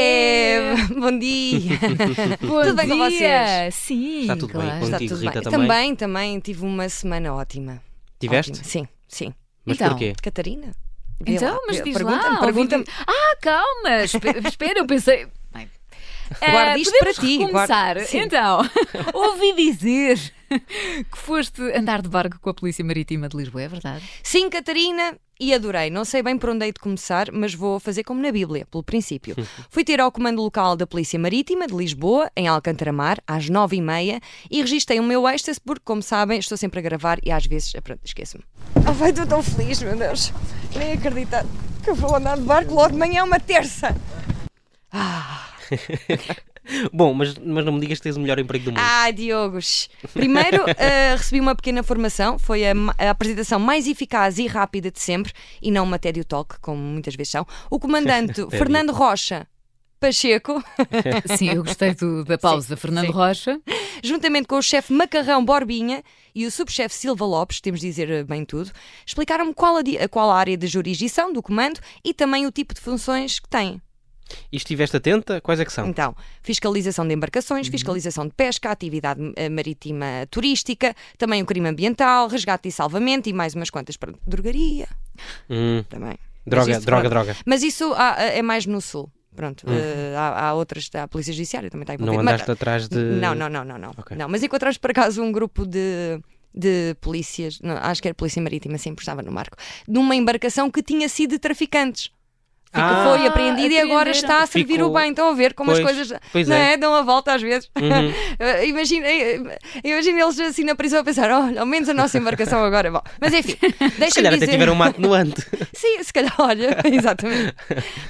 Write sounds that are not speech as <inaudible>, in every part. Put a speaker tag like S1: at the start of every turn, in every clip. S1: É,
S2: <laughs>
S1: bom dia.
S3: Bom
S1: Tudo bem
S3: dia.
S1: com vocês?
S3: Sim.
S2: Está tudo
S3: claro.
S2: bem
S1: Está
S2: contigo,
S1: tudo
S2: Rita,
S1: bem.
S2: também?
S1: também? Também tive uma semana ótima.
S2: Tiveste?
S1: Ótima. Sim, sim.
S2: Mas
S3: Então.
S2: porquê?
S1: Catarina? vê
S3: Então,
S1: lá,
S3: mas diz
S1: pergunta-me,
S3: lá. ouvi-
S1: pergunta-me.
S3: Ah, calma. espe-
S1: <laughs>
S3: Espera, eu pensei. Bem, eh,
S1: Guarda isto
S3: podemos
S1: para ti, guarda-
S3: recomeçar?
S1: Sim. <laughs>
S3: Então, ouvi dizer <laughs> que foste andar de barco com a Polícia Marítima de Lisboa, é
S1: <laughs>
S3: verdade?
S1: Sim, Catarina, e adorei. Não sei bem por onde hei de começar, mas vou fazer como na Bíblia, pelo
S2: <laughs>
S1: princípio. Fui ter ao comando local da Polícia Marítima de Lisboa, em Alcântara Mar, às nove e meia, e registrei o meu êxtase, porque, como sabem, estou sempre a gravar e às vezes, ah, pronto, esqueço-me. Oh, vai, estou tão feliz, meu Deus. Nem acreditar que eu vou andar de barco logo de manhã, é uma terça.
S2: Bom, mas, mas não me digas que tens o melhor emprego do mundo.
S1: Então. Ah, Diogos! Primeiro eh, recebi uma pequena formação, foi a, ma- a apresentação mais eficaz e rápida de sempre, e não uma tédio talk, como muitas vezes são. O comandante Fernando Rocha Pacheco,
S3: Sim, eu gostei do- da pausa. Fernando
S1: sim.
S3: Rocha.
S1: juntamente com o chefe Macarrão Borbinha e o subchefe Silva Lopes, temos de dizer eh, bem tudo, explicaram-me qual a, di- qual a área de jurisdição do comando e também o tipo de funções que têm.
S2: E estiveste atenta? Quais é que são?
S1: Então, fiscalização de embarcações,
S2: Uhum.
S1: fiscalização de pesca, atividade eh, marítima turística, também o crime ambiental, resgate e salvamento e mais umas quantas. Pronto, drogaria
S2: Hum,
S1: também.
S2: droga,
S1: Mas isso-
S2: droga, droga.
S1: Mas isso há- é mais no sul. Pronto, eh, há, há outras, há a Polícia Judiciária também está
S2: Uhum. Não
S1: envolvida. Mas-
S2: andaste atrás de.
S1: Não, não, não, não, não.
S2: Ok.
S1: Não, mas encontramos por acaso um grupo de, de polícias, não, acho que era Polícia Marítima, sim, porque estava no marco, numa embarcação que tinha sido de traficantes. Fica-
S2: Ah.
S1: foi apreendida e
S3: Apreenderam.
S1: agora está a servir
S2: Ficou.
S1: o bem. Estão a ver como as
S2: Pois,
S1: coisas
S2: pois
S1: não
S2: é.
S1: dão a volta às vezes.
S2: Uhum.
S1: <laughs> Eh, imagina, eh, imagina eles assim na prisão a pensar: olha, ao menos a nossa embarcação agora. Bom, mas enfim,
S2: <laughs> Se
S1: deixa-me
S2: calhar até
S1: dizer.
S2: tiveram um
S1: <laughs>
S2: uma atenuante.
S1: Sim, se calhar, <laughs> olha, exatamente.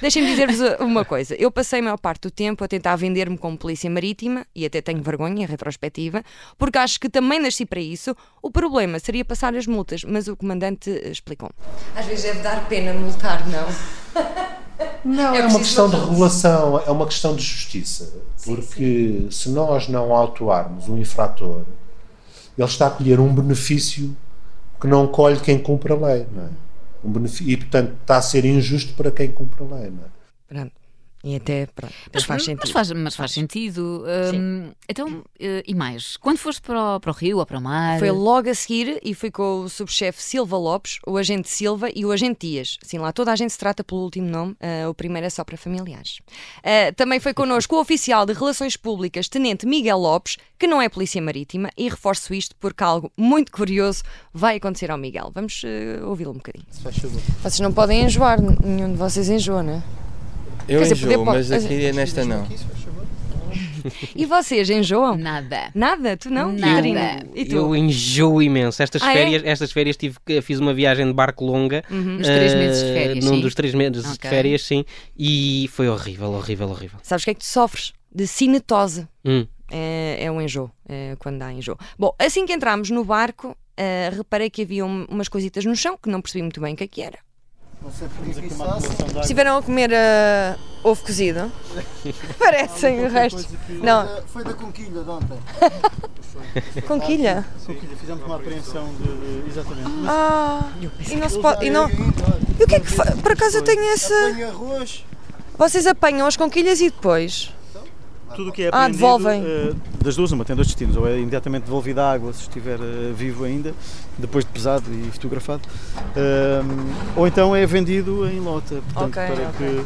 S1: Deixem-me dizer-vos uma coisa. Eu passei a maior parte do tempo a tentar vender-me como polícia marítima, e até tenho vergonha em retrospectiva, porque acho que também nasci para isso. O problema seria passar as multas, mas o comandante eh, explicou-me. Às vezes deve dar pena multar, não?
S4: Não,
S1: É
S4: é,
S1: preciso
S4: uma questão de
S1: uma-
S4: regulação, é uma questão de justiça. Porque se nós não autuarmos um infrator, ele está a colher um benefício que não colhe quem cumpre a lei. Não é? um benefício, e, portanto, está a ser injusto para quem cumpre a lei. Não é?
S1: Pronto. E até, pronto,
S3: Mas
S1: faz
S3: mas
S1: sentido.
S3: faz- mas faz sentido. Hum, então, eh, e mais? Quando foste para o, para o Rio ou para o mar?
S1: Foi logo a seguir e fui com o subchefe Silva Lopes, o agente Silva e o agente Dias. Sim, lá toda a gente se trata pelo último nome, ah, o primeiro é só para familiares. Ah, também foi connosco o oficial de Relações Públicas, Tenente Miguel Lopes, que não é Polícia Marítima, e reforço isto porque algo muito curioso vai acontecer ao Miguel. Vamos ah, ouvi-lo um bocadinho. Vocês não podem enjoar, nenhum de vocês enjoa, não é?
S5: Eu
S1: Quer dizer, poder
S5: enjoo,
S1: pode-
S5: mas aqui nesta não.
S1: E vocês enjoam?
S3: Nada.
S1: Nada? Tu não?
S3: Nada.
S1: Catarina? E tu?
S2: Eu enjoo imenso. Estas
S1: Ah, é?
S2: férias, estas férias tive, que- fiz uma viagem de barco longa.
S1: Uhum.
S3: Nos três
S2: eh,
S3: meses de férias,
S2: Num
S3: sim.
S2: dos três meses de
S3: Ok.
S2: férias, sim. E foi horrível, horrível, horrível.
S1: Sabes o que é que tu sofres? De cinetose.
S2: Hum.
S1: É, é um enjoo, é quando há enjoo. Bom, assim que entramos no barco, eh, reparei que havia um- umas coisitas no chão que não percebi muito bem o que é que era.
S6: Estiveram a comer
S1: eh,
S6: ah, ovo cozido? Parecem o resto. Não,
S7: Foi da Conquilha de ontem.
S6: conquilha.
S7: Conquilha, fizemos uma apreensão de. de- exatamente. Mas
S6: Ah, e não se pode. E, não, e o que é que fa... Por acaso eu tenho esse.
S7: Apanha arroz,
S6: Vocês apanham as conquilhas e depois?
S7: tudo o que é
S6: Ah,
S7: apreendido.
S6: devolvem.
S7: eh, das duas, uma tem dois destinos. Ou é imediatamente devolvido à água, se estiver eh, vivo ainda, depois de pesado e fotografado. Ahm, ou então é vendido em lota. Portanto,
S6: Ok,
S7: para,
S6: ok.
S7: Que,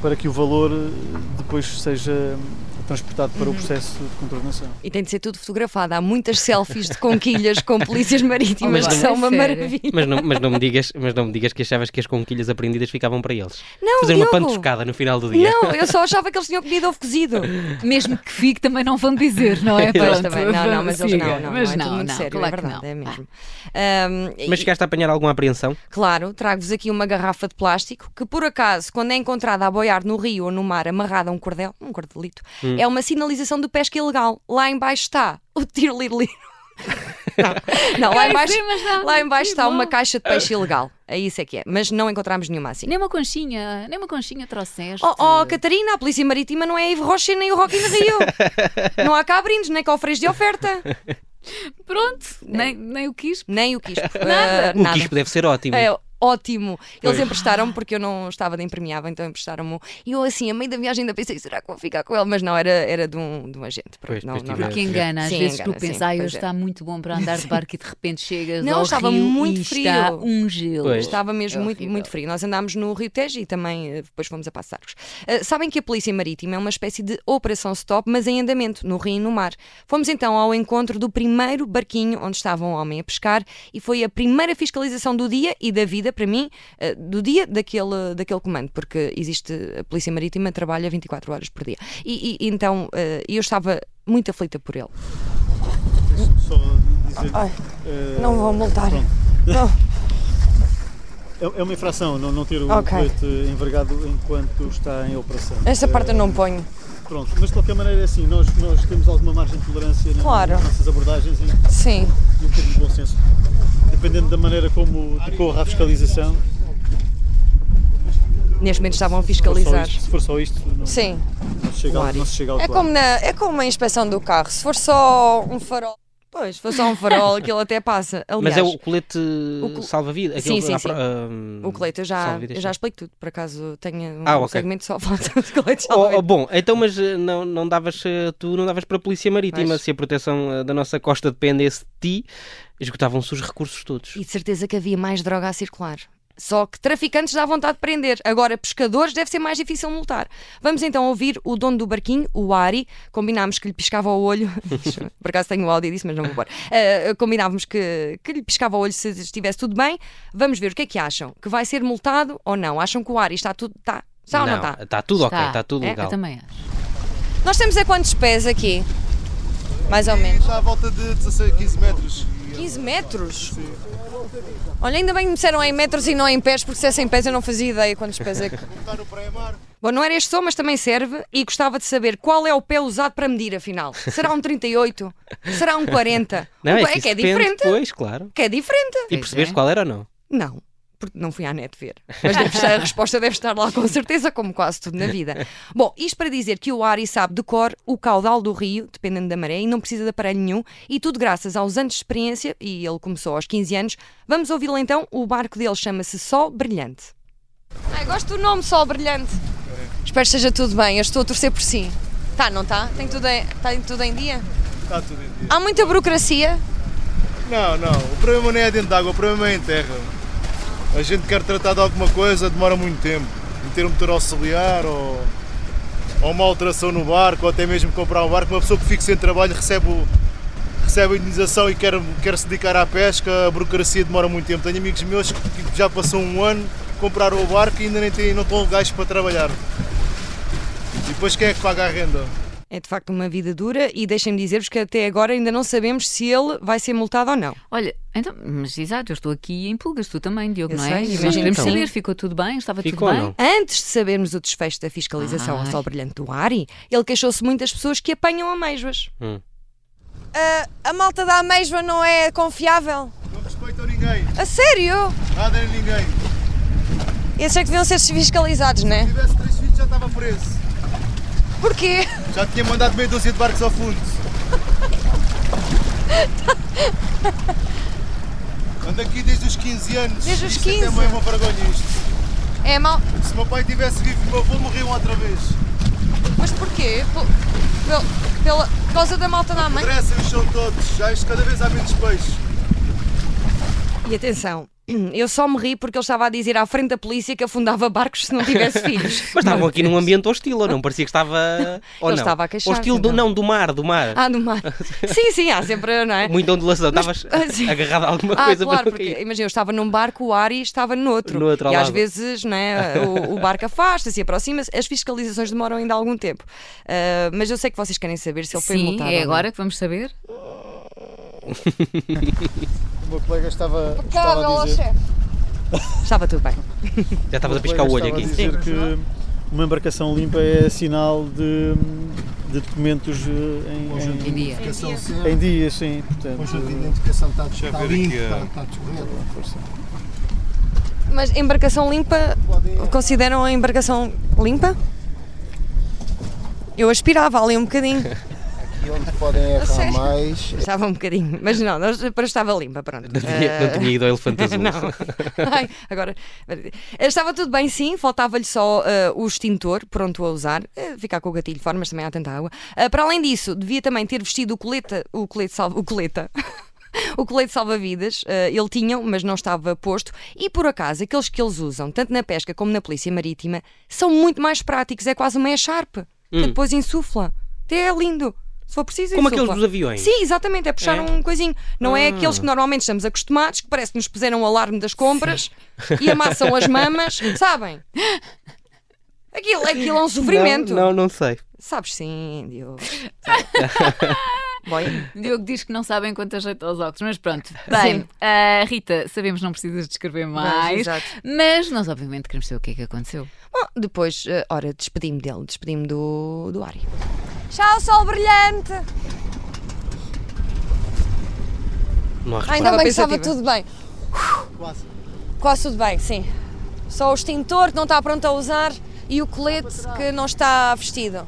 S7: para que o valor eh, depois seja hum, transportado
S6: Uhum.
S7: para o processo de contornação.
S1: E tem de ser tudo fotografado. Há muitas selfies de conquilhas com
S2: <laughs>
S1: polícias marítimas
S2: Oh, Mas
S1: que
S2: não- é
S1: são uma
S3: Sério?
S1: maravilha.
S2: Mas não, mas, não me digas, mas não me digas que achavas que as conquilhas apreendidas ficavam para eles.
S1: Não,
S2: Fazer uma
S1: Diogo.
S2: pantuscada no final do dia.
S1: Não, eu só achava que eles tinham comido ovo cozido.
S3: Mesmo que fique, também não vão dizer, não
S1: <laughs>
S3: é?
S1: Pois
S3: Pronto.
S1: também, não, não, mas
S3: Sim,
S1: eles não, não,
S3: mas
S1: não, é tudo muito sério,
S3: claro
S1: é verdade,
S3: que não. Ah.
S1: é mesmo. Ahm, e-
S2: Mas chegaste a apanhar alguma apreensão?
S1: Claro, trago-vos aqui uma garrafa de plástico que, por acaso, quando é encontrada a boiar no rio ou no mar amarrada a um cordel, um cordelito, é uma sinalização de pesca ilegal. Lá embaixo está o tirlirliro. <laughs> Não, não lá
S3: Eu
S1: embaixo,
S3: sei, mas não,
S1: lá embaixo está
S3: igual.
S1: uma caixa de peixe ilegal. É isso é que é. Mas não encontramos nenhuma assim.
S3: Nem uma conchinha, nem uma conchinha trouxeste.
S1: Oh, oh, Catarina, a Polícia Marítima não é a Ivo Rocha nem o Rock in
S2: <laughs>
S1: Rio. não há cabrinhos, nem cofres de oferta. oh.
S3: Pronto, nem, nem o quis.
S1: Nem o quispo. Nada.
S2: O quispo deve ser ótimo.
S1: É, ótimo. Eles
S2: Pois.
S1: emprestaram-me porque eu não estava de impermeável, então emprestaram-me. E eu, assim, a meio da viagem ainda pensei, será que vou ficar com ele? Mas não, era, era de, um, de um agente. Pronto,
S2: Pois,
S1: não,
S2: pois
S1: não,
S2: tive-
S1: não.
S3: Que engana, às
S1: Sim,
S3: vezes
S1: engana,
S3: tu pensas,
S1: sim,
S3: ah,
S1: pois
S3: hoje
S1: é.
S3: está muito bom para andar de barco e de repente chegas
S1: Não,
S3: ao
S1: estava
S3: rio
S1: muito
S3: e está
S1: frio.
S3: um gelo.
S2: Pois.
S1: Estava mesmo
S3: É
S1: muito,
S3: horrível.
S1: muito frio. Nós andámos no Rio Tejo e também eh, depois fomos a Passos Arcos. Eh, sabem que a Polícia Marítima é uma espécie de operação stop, mas em andamento, no rio e no mar. Fomos então ao encontro do primeiro barquinho onde estava um homem a pescar e foi a primeira fiscalização do dia e da vida, para mim, eh, do dia daquele, daquele comando, porque existe a Polícia Marítima, trabalha 24 horas por dia. E, e- então eh, eu estava muito aflita por ele.
S7: Só dizer,
S6: Ai,
S7: eh,
S6: não vão multar.
S7: pronto.
S6: Não.
S7: É é uma infração não, não ter o
S6: Ok.
S7: colete envergado enquanto está em operação.
S6: Esta parte eu não ponho.
S7: Eh, Pronto, mas de qualquer maneira é assim, nós, nós temos alguma margem de tolerância na-
S6: Claro.
S7: nas nossas abordagens e
S6: Sim.
S7: e um bocadinho de bom senso. Dependendo da maneira como decorra a fiscalização,
S1: Neste momento estavam a
S7: se for só
S1: fiscalizar.
S7: isto, se for só isto não,
S6: Sim.
S7: não se chega ao,
S1: Claro.
S7: não se chega ao
S6: É
S7: claro.
S6: como, na, é como a inspeção do carro. Se for só um farol.
S1: Pois, foi só um
S2: <laughs>
S1: farol, aquilo até passa. Aliás,
S2: Mas é o colete
S1: col-
S2: salva-vida.
S1: Sim,
S2: aquele
S1: sim,
S2: à
S1: sim.
S2: pro- ahm,
S1: O colete, eu já,
S2: ah, salva-vidas,
S1: eu já
S2: sim.
S1: explico tudo, por acaso tenho um
S2: um Ah, ok.
S1: segmento só <laughs> falta de coletes
S2: Oh, oh,
S1: salva-vidas.
S2: bom, então mas eh, não, não davas eh, tu não davas para a polícia marítima
S1: Pois.
S2: se a proteção eh, da nossa costa dependesse de ti, esgotavam-se os recursos todos.
S1: E de certeza que havia mais droga a circular. Só que traficantes dá vontade de prender. Agora, pescadores deve ser mais difícil multar. Vamos então ouvir o dono do barquinho, o Ari. Combinámos que lhe piscava o olho. <laughs> Por acaso tenho o áudio disso, mas não vou pôr. Eh, combinávamos que, que lhe piscava o olho se estivesse tudo bem. Vamos ver o que é que acham. Que vai ser multado ou não? Acham que o Ari está tudo. Está, está tá ou não está?
S2: Está tá tudo ok,
S3: Está.
S1: Tá.
S2: está tudo
S3: É,
S2: legal.
S3: Eu também acho.
S6: Nós temos a quantos pés aqui? Mais ou menos.
S5: Está à volta de 16, 15 metros.
S6: 15 metros? Olha, ainda bem que me disseram em metros e não em pés, porque se é em pés eu não fazia ideia quantos pés é que.
S5: <laughs> Está no pré-mar.
S1: Bom, não era este som, mas também serve e gostava de saber qual é o pé usado para medir, afinal. Será um 38? Será um 40?
S2: Não,
S1: o
S2: é
S1: pé
S2: que,
S1: que é
S2: isso depende
S1: diferente.
S2: Pois, claro.
S1: Que é diferente.
S2: E
S3: Pois
S2: percebeste
S3: é.
S2: qual era ou não?
S1: Não, porque não fui à net ver. Mas deve estar- a resposta deve estar lá com certeza, como quase tudo na vida. Bom, isto para dizer que o Ari sabe de cor o caudal do rio, dependendo da maré, e não precisa de aparelho nenhum, e tudo graças aos anos de experiência, e ele começou aos 15 anos. Vamos ouvi-lo então, o barco dele chama-se Sol Brilhante.
S6: Ai, gosto do nome, Sol Brilhante. Espero que esteja tudo bem, eu estou a torcer por si. Tá, não tá? Tem tudo em, tem tudo em dia?
S5: Está tudo em dia.
S6: Há muita burocracia.
S5: Não, não. O problema não é dentro d'água, o problema é em terra. A gente quer tratar de alguma coisa, demora muito tempo. Meter um motor auxiliar ou, ou uma alteração no barco, ou até mesmo comprar um barco. Uma pessoa que fica sem trabalho recebe, o- recebe a indenização e quer, quer se dedicar à pesca, a burocracia demora muito tempo. Tenho amigos meus que que já passou um ano, compraram o barco e ainda nem têm, não estão legais para trabalhar. E depois quem é que paga a renda?
S1: É de facto uma vida dura e deixem-me dizer-vos que até agora ainda não sabemos se ele vai ser multado ou não.
S3: Olha, então, mas exato, eu estou aqui em pulgas, tu também, Diogo,
S1: Eu
S3: não é?
S1: sei,
S3: Mas
S1: imagino
S3: queremos
S1: que sim.
S3: saber, ficou tudo bem, estava
S2: Ficou ou
S3: tudo bem.
S2: não?
S1: Antes de sabermos o desfecho da fiscalização ao
S3: Ai.
S1: sol brilhante do Ari, ele queixou-se muito das pessoas que apanham amêijoas.
S2: Hum.
S6: Ah, a malta da Ameijoa não é confiável.
S5: Não respeitam ninguém,
S6: A sério?
S5: nada nem ninguém.
S6: Esses é que deviam ser fiscalizados, não
S1: né?
S5: Se
S6: é?
S5: tivesse três filhos já estava preso.
S6: Porquê?
S5: Já tinha mandado meia dúzia de barcos ao
S6: <laughs>
S5: fundo. Ando aqui desde os 15 anos.
S6: Desde os
S5: Isto
S6: 15?
S5: É também uma vergonha isto.
S6: É mal.
S5: Se meu pai tivesse vivo, meu avô morriam outra vez.
S6: Mas porquê? Pel- Pela, pela- por causa da malta da mãe?
S5: Crescem-os são todos. Já isto cada vez há menos peixe.
S1: E atenção, eu só me ri porque ele estava a dizer à frente da polícia que afundava barcos se não
S2: <laughs>
S1: tivesse filhos.
S2: Mas estavam aqui num ambiente hostil, ou não? Parecia que
S1: <laughs>
S2: estava. Ou
S1: Ele
S2: não?
S1: estava a queixar-se,
S2: Hostil do,
S1: então.
S2: não, do mar, do mar.
S1: <laughs> Ah, no mar. Sim, sim, há sempre, não é?
S2: Muita ondulação.
S1: Mas- <laughs>
S2: Estavas
S1: Ah, sim.
S2: agarrado a alguma
S1: Ah,
S2: coisa
S1: claro,
S2: para não
S1: porque
S2: cair.
S1: imagina, eu estava num barco, o Ari estava noutro.
S2: No outro
S1: e às
S2: lado.
S1: vezes né, o, o barco afasta-se, aproxima-se, as fiscalizações demoram ainda algum tempo. Ah, mas eu sei que vocês querem saber se ele foi
S3: Sim,
S1: multado.
S3: é
S1: ou não.
S3: agora que vamos saber.
S7: O meu colega estava,
S6: Impecável
S7: estava a
S6: ao
S7: dizer,
S6: chefe.
S1: Estava tudo bem.
S2: Já estavas a
S7: o meu
S2: piscar o olho
S7: colega
S2: aqui.
S6: é
S7: estava a dizer que uma embarcação limpa é sinal de, de documentos eh,
S3: Em
S7: em,
S3: dia.
S7: em, em dias, sim. Portanto, eh,
S5: identificação está, está limpo, está,
S8: eh,
S6: Mas embarcação limpa, consideram a embarcação limpa? Eu aspirava ali um bocadinho.
S8: E onde podem errar
S1: <laughs>
S8: mais
S1: Estava um bocadinho, mas não, nós- para estava limpa, pronto.
S2: Não tinha, não tinha ido ao
S1: <laughs>
S2: elefante azul.
S1: Eh, Não. <laughs> Ai, agora estava tudo bem, sim. Faltava-lhe só eh, o extintor pronto a usar, eh, ficar com o gatilho fora, mas também há tanta água. Ah, para além disso, devia também ter vestido o colete, o colete salva, o coleta. <laughs> O colete salva-vidas, eh, ele tinha, mas não estava posto. E por acaso, aqueles que eles usam, tanto na pesca como na polícia marítima, são muito mais práticos. É quase uma echarpe. que Depois insufla. Até é lindo. Se for preciso,
S2: Hum. Como
S1: insufla.
S2: aqueles dos aviões.
S1: Sim, exatamente, é puxar
S2: É? Hum.
S1: um coisinho. Não é aqueles que normalmente estamos acostumados, que parece que nos puseram o alarme das compras e amassam as mamas, sabem? Aquilo, aquilo é um sofrimento.
S2: Não, não, não sei.
S1: Sabes sim,
S2: <laughs>
S1: Diogo. Bom,
S3: Diogo diz que não sabem quanto ajeita aos óculos, mas
S1: <laughs>
S3: pronto. Bem,
S1: Sim.
S3: ah, Rita, sabemos não precisas descrever mais,
S1: exato.
S3: mas nós obviamente queremos saber o que é que aconteceu.
S1: bom, depois, eh, ora, despedi-me dele, despedi-me do, do Ari.
S6: Tchau, sol brilhante!
S2: Não há
S6: Ai,
S2: resposta.
S6: ainda
S1: Estava
S6: bem que estava
S1: pensativa.
S6: tudo bem. Quase tudo bem, sim. Só o extintor que não está pronto a usar e o colete que não está vestido.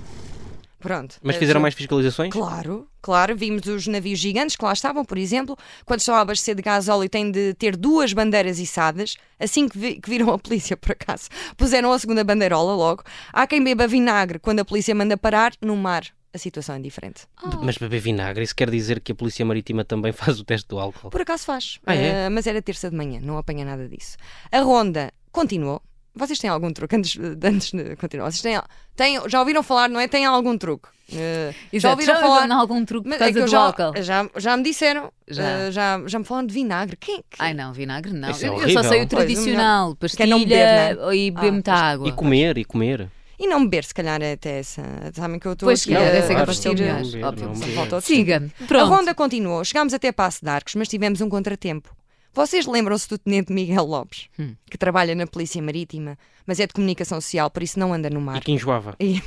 S1: Pronto.
S2: Mas
S1: Eh,
S2: fizeram
S1: jo-
S2: mais fiscalizações?
S1: Claro, claro. Vimos os navios gigantes que lá estavam, por exemplo. Quando estão a abastecer de gás óleo, têm de ter duas bandeiras içadas. Assim que, vi- que viram a polícia, por acaso, puseram a segunda bandeirola logo. Há quem beba vinagre quando a polícia manda parar no mar. A situação é diferente.
S2: Mas beber vinagre, isso quer dizer que a Polícia Marítima também <laughs> faz o teste do álcool.
S1: Por acaso faz.
S2: Ah, é?
S1: Eh, mas era terça de manhã, não apanha nada disso. A ronda continuou. Vocês têm algum truque antes, de- antes de continuar? Vocês têm, têm- já ouviram falar, não é? Têm algum truque? Eh, já ouviram falar?
S3: em algum truque por
S1: Mas
S3: causa
S1: é que eu
S3: do
S1: já,
S3: álcool?
S1: já, já me disseram,
S3: Já.
S1: eh, já, já me falaram de vinagre. Quem, é quem-
S3: Ai não, vinagre não.
S2: Isso é
S3: eu, eu só
S2: horrível.
S3: sei o
S1: Ah, Pois, o
S3: tradicional,
S1: que é não
S3: pastilha
S1: beber,
S3: e beber
S1: Ah,
S3: muita
S1: pois.
S3: água.
S2: E comer, e comer.
S1: E não beber, se calhar, é até essa. Sabem que eu estou
S3: Pois,
S1: aqui
S3: se calhar,
S1: a
S3: essa é que
S1: partir-
S3: pastilha melhor.
S2: Não beber,
S3: Óbvio,
S2: não
S3: sim.
S2: beber.
S1: Volta ao
S3: Siga,
S1: A
S3: pronto.
S1: ronda continuou. Chegámos até Passo de Arcos, mas tivemos um contratempo. Vocês lembram-se do Tenente Miguel Lopes,
S3: Hum.
S1: que trabalha na Polícia Marítima, mas é de comunicação social, por isso não anda no
S2: E
S3: <laughs>
S1: mar.
S2: que enjoava.
S1: E-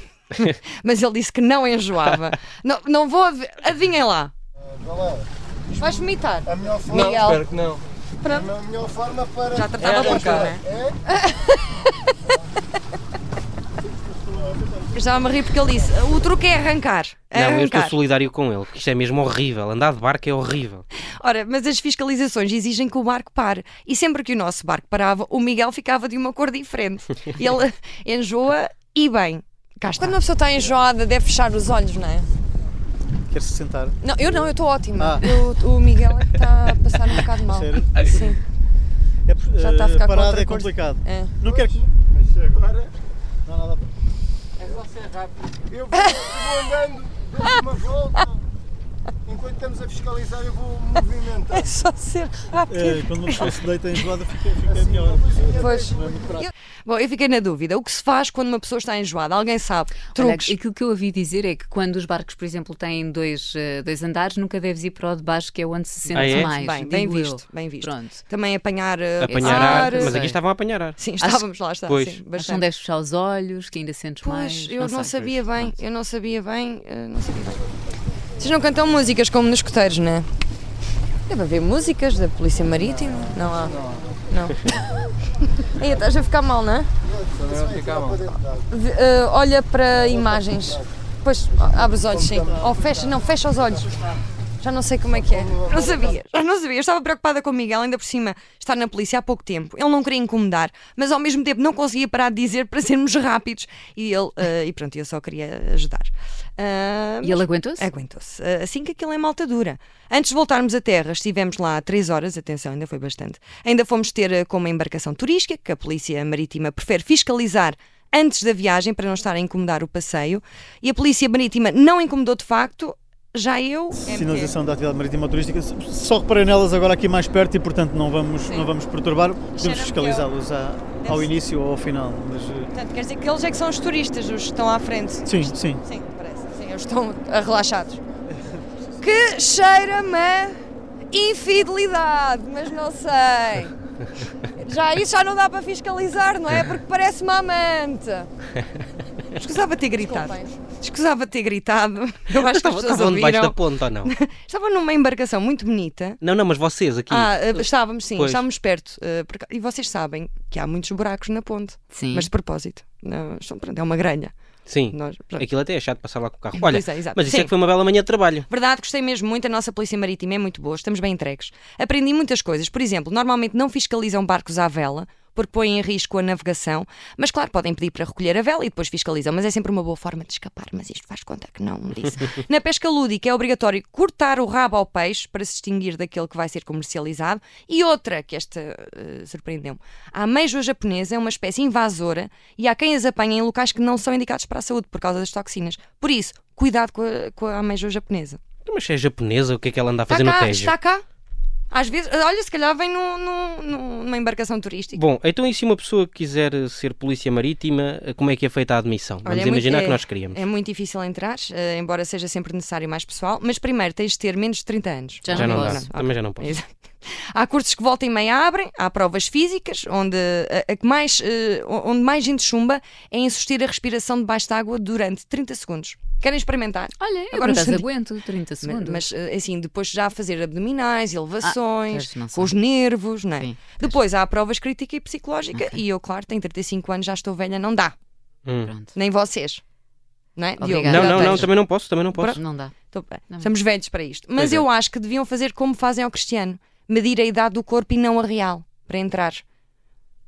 S1: mas ele disse que não enjoava. não, não vou. Adiv... Adivinhem lá.
S6: Vais vomitar.
S8: A melhor forma,
S6: Miguel.
S2: que não.
S8: a melhor forma para É
S1: Já tratava por tu, né? Já me ri porque ele disse: o truque é arrancar. É
S2: Não, eu estou
S1: arrancar.
S2: solidário com ele, porque isto é mesmo horrível. Andar de barco é horrível.
S1: Ora, mas as fiscalizações exigem que o barco pare. E sempre que o nosso barco parava, o Miguel ficava de uma cor
S2: <laughs>
S1: diferente. Ele enjoa e bem. Cá está.
S6: Quando uma pessoa está enjoada, deve fechar os olhos, não é?
S7: Quer se sentar?
S6: Não, eu não, eu estou ótima.
S7: Ah.
S6: Eu- o Miguel é que está a passar um bocado mal.
S7: Sério?
S6: Sim.
S7: É, por-
S6: Já está a
S7: eh,
S6: ficar com
S7: parada
S6: outra
S7: é
S6: cor.
S7: complicado.
S6: É.
S7: Não quero.
S8: Mas agora
S7: Não há nada.
S8: eu vou, eu vou andando, dou uma volta. Enquanto estamos a fiscalizar, eu vou movimentar.
S6: É só ser rápido.
S7: Eh, quando uma pessoa se deita enjoada, fica, fica melhor.
S6: Pois.
S7: Não Assim, é muito prático.
S1: Bom, eu fiquei na dúvida. O que se faz quando uma pessoa está enjoada? Alguém sabe?
S3: Olha,
S1: Truques.
S3: aquilo que eu ouvi dizer é que quando os barcos, por exemplo, têm dois, eh, dois andares, nunca deves ir para o de baixo, que é onde se sente
S2: Ah, é?
S3: mais.
S1: Bem, bem
S3: digo eu.
S1: visto, bem visto.
S3: Pronto.
S1: Também apanhar, eh,
S2: Apanhar ar,
S3: Ar,
S2: mas
S3: sei.
S2: aqui estavam a apanhar ar.
S1: Sim, estávamos lá, está,
S2: pois.
S1: sim,
S3: Mas não
S1: bastante.
S3: deves fechar os olhos, que ainda sentes mais.
S1: Pois, eu não,
S3: sei.
S1: sabia bem, eu não sabia bem, eh, não sabia bem.
S6: Vocês não cantam músicas como nos coteiros, não
S1: né?
S6: é? Deve haver músicas da Polícia Marítima. Não há.
S2: <laughs>
S6: Não. Aí estás a ficar mal, não é? Vê- eh, olha para imagens. Pois, ó, abre os olhos, sim. Ou fecha, não, fecha os olhos. Já não sei como é que é.
S1: Não sabia, já não sabia. Eu estava preocupada com o Miguel, ainda por cima está na polícia há pouco tempo. Ele não queria incomodar, mas ao mesmo tempo não conseguia parar de dizer para sermos rápidos. E ele, eh, e pronto, eu só queria ajudar. Ah,
S3: E ele aguentou-se?
S1: Aguentou-se. Ah, Assim que aquilo é malta dura. Antes de voltarmos à terra, estivemos lá três horas, atenção, ainda foi bastante. Ainda fomos ter ah, com uma embarcação turística, que a Polícia Marítima prefere fiscalizar antes da viagem, para não estar a incomodar o passeio. E a Polícia Marítima não incomodou de facto, já eu...
S7: Sinalização da atividade marítima turística. Só reparei nelas agora aqui mais perto e, portanto, não vamos, não vamos perturbar. Podemos
S6: Cheira-me
S7: fiscalizá-los à- ao início ou ao final. Mas, eh,
S6: Portanto, quer dizer que eles é que são os turistas, os que estão à frente.
S7: sim, sim.
S6: Sim, parece. Sim, eles estão ah, relaxados. Que cheira-me a infidelidade, mas não sei. Já isso já não dá para fiscalizar, não
S1: <laughs>
S6: é? Porque parece uma amante.
S1: Escusava ter gritado.
S6: Desculpem.
S1: Escusava ter gritado. Eu acho que as
S2: Estavam
S1: pessoas
S2: estavam debaixo da
S1: ouviram.
S2: ponta
S1: <laughs>
S2: ou não?
S1: Estava numa embarcação muito bonita.
S2: Não, não, mas vocês aqui.
S1: Ah, eh, estávamos sim,
S2: Pois.
S1: estávamos perto. eh, porque- E vocês sabem que há muitos buracos na ponte.
S3: Sim.
S1: Mas de propósito. Não, estão- pronto, é uma grelha.
S2: Sim.
S1: Nós, pronto.
S2: Aquilo até é chato passar lá com o carro. Olha,
S1: Pois é, exato.
S2: mas isso
S1: Sim.
S2: é que foi uma bela manhã de trabalho.
S1: Verdade, gostei mesmo muito. A nossa Polícia Marítima é muito boa, estamos bem entregues. Aprendi muitas coisas. Por exemplo, normalmente não fiscalizam barcos à vela porque põem em risco a navegação, mas claro, podem pedir para recolher a vela e depois fiscalizam, mas é sempre uma boa forma de escapar, mas isto faz conta que não me disse. Na pesca lúdica é obrigatório cortar o rabo ao peixe para se distinguir daquele que vai ser comercializado e outra, que esta eh, surpreendeu-me, a ameijoa japonesa é uma espécie invasora e há quem as apanha em locais que não são indicados para a saúde por causa das toxinas. Por isso, cuidado com a, com a ameijoa japonesa.
S2: Mas se é japonesa, o que é que ela anda a fazer
S1: Está
S2: no
S1: Tá cá,
S2: Tejo?
S1: está cá. Às vezes, olha, se calhar vem num- num- num- numa embarcação turística.
S2: Bom, então e se uma pessoa quiser eh, ser polícia marítima, eh, como é que é feita a admissão?
S1: Olha,
S2: Vamos
S1: é muito-
S2: imaginar
S1: é-
S2: que nós queríamos.
S1: É muito difícil entrar, eh, embora seja sempre necessário mais pessoal, mas primeiro tens de ter menos de 30 anos.
S3: Já
S2: Já
S3: não
S2: não,
S3: posso.
S2: dá.
S1: Não,
S2: Também já não posso.
S1: Exato. Há cursos que volta e meia abrem, há provas físicas, onde, a, a que mais, eh, onde mais gente chumba é em insistir a respiração debaixo de água durante 30 segundos. Querem experimentar?
S3: Olha, eu
S1: Agora
S3: Agora por acaso
S1: senti-
S3: aguento 30 segundos.
S1: Mas eh, assim, depois já fazer abdominais, elevações,
S3: Ah, pois, não
S1: com os nervos, não é?
S3: Sim,
S1: depois há provas crítica e psicológica e eu, claro, tenho 35 anos, já estou velha, não dá.
S2: Hum.
S3: Pronto.
S1: Nem vocês. Não, é?
S3: Obrigada.
S1: Diogo,
S2: Não,
S1: já
S2: não, não,
S1: tens.
S2: também não posso, também não posso.
S3: Não dá.
S1: Tô bem.
S3: Não.
S1: Estamos velhos para isto. Mas
S2: Pois é.
S1: eu acho que deviam fazer como fazem ao Cristiano: medir a idade do corpo e não a real, para entrar.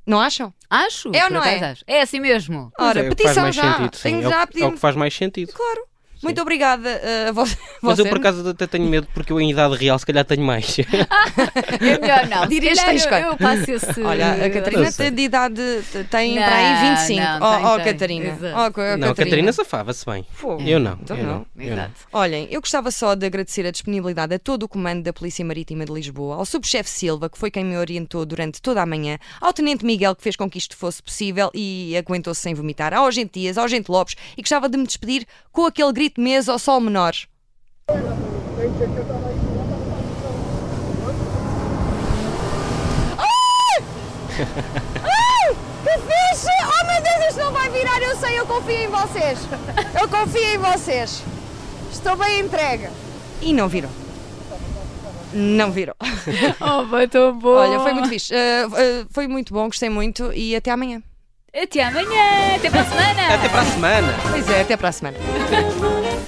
S1: Não acham?
S3: Acho.
S1: É ou
S3: por
S1: não
S3: acaso
S1: é?
S3: acho. É assim
S1: <laughs>
S3: mesmo.
S2: Pois
S1: Ora,
S2: é, o que faz
S1: petição
S2: mais
S1: já.
S2: Sentido, sim.
S1: Tenho
S2: é, o,
S1: já a
S2: que- é o
S1: pedir.
S2: que faz mais sentido.
S1: Claro. Muito obrigada eh, a vo- vocês.
S2: Mas eu por acaso até tenho medo porque eu em idade real se calhar tenho mais. <laughs>
S3: É melhor não. Se
S1: Dirias
S3: calhar
S1: tens quanto?
S3: eu, eu passo esse.
S1: Olha, a Catarina
S2: sei.
S1: tem de idade tem
S3: Não,
S1: para aí 25.
S3: não,
S1: oh,
S3: tem,
S1: oh,
S3: tem.
S1: Catarina.
S3: Exato.
S1: Oh, co- oh,
S2: não, a Catarina safava-se bem. Eu não.
S1: Então
S2: eu
S1: não.
S2: não. eu não.
S3: Exato.
S1: Olhem, eu gostava só de agradecer a disponibilidade a todo o comando da Polícia Marítima de Lisboa, ao subchefe Silva, que foi quem me orientou durante toda a manhã, ao tenente Miguel, que fez com que isto fosse possível e aguentou-se sem vomitar, ao agente Dias, ao agente Lopes, e gostava de me despedir com aquele grito mês ao sol menor.
S6: Ah! Ah! Que fixe! Oh meu Deus, isto não vai virar, eu sei, eu confio em vocês. Eu confio em vocês. Estou bem entregue.
S1: E não virou. Não virou.
S3: Oh, vai tão bom.
S1: Olha, foi
S2: Oh.
S1: muito fixe. Ah, ah, foi muito bom, gostei muito e até amanhã.
S3: Até amanhã. Até para a semana.
S2: Até para a semana!
S1: Pois é, até para a semana.
S6: Luna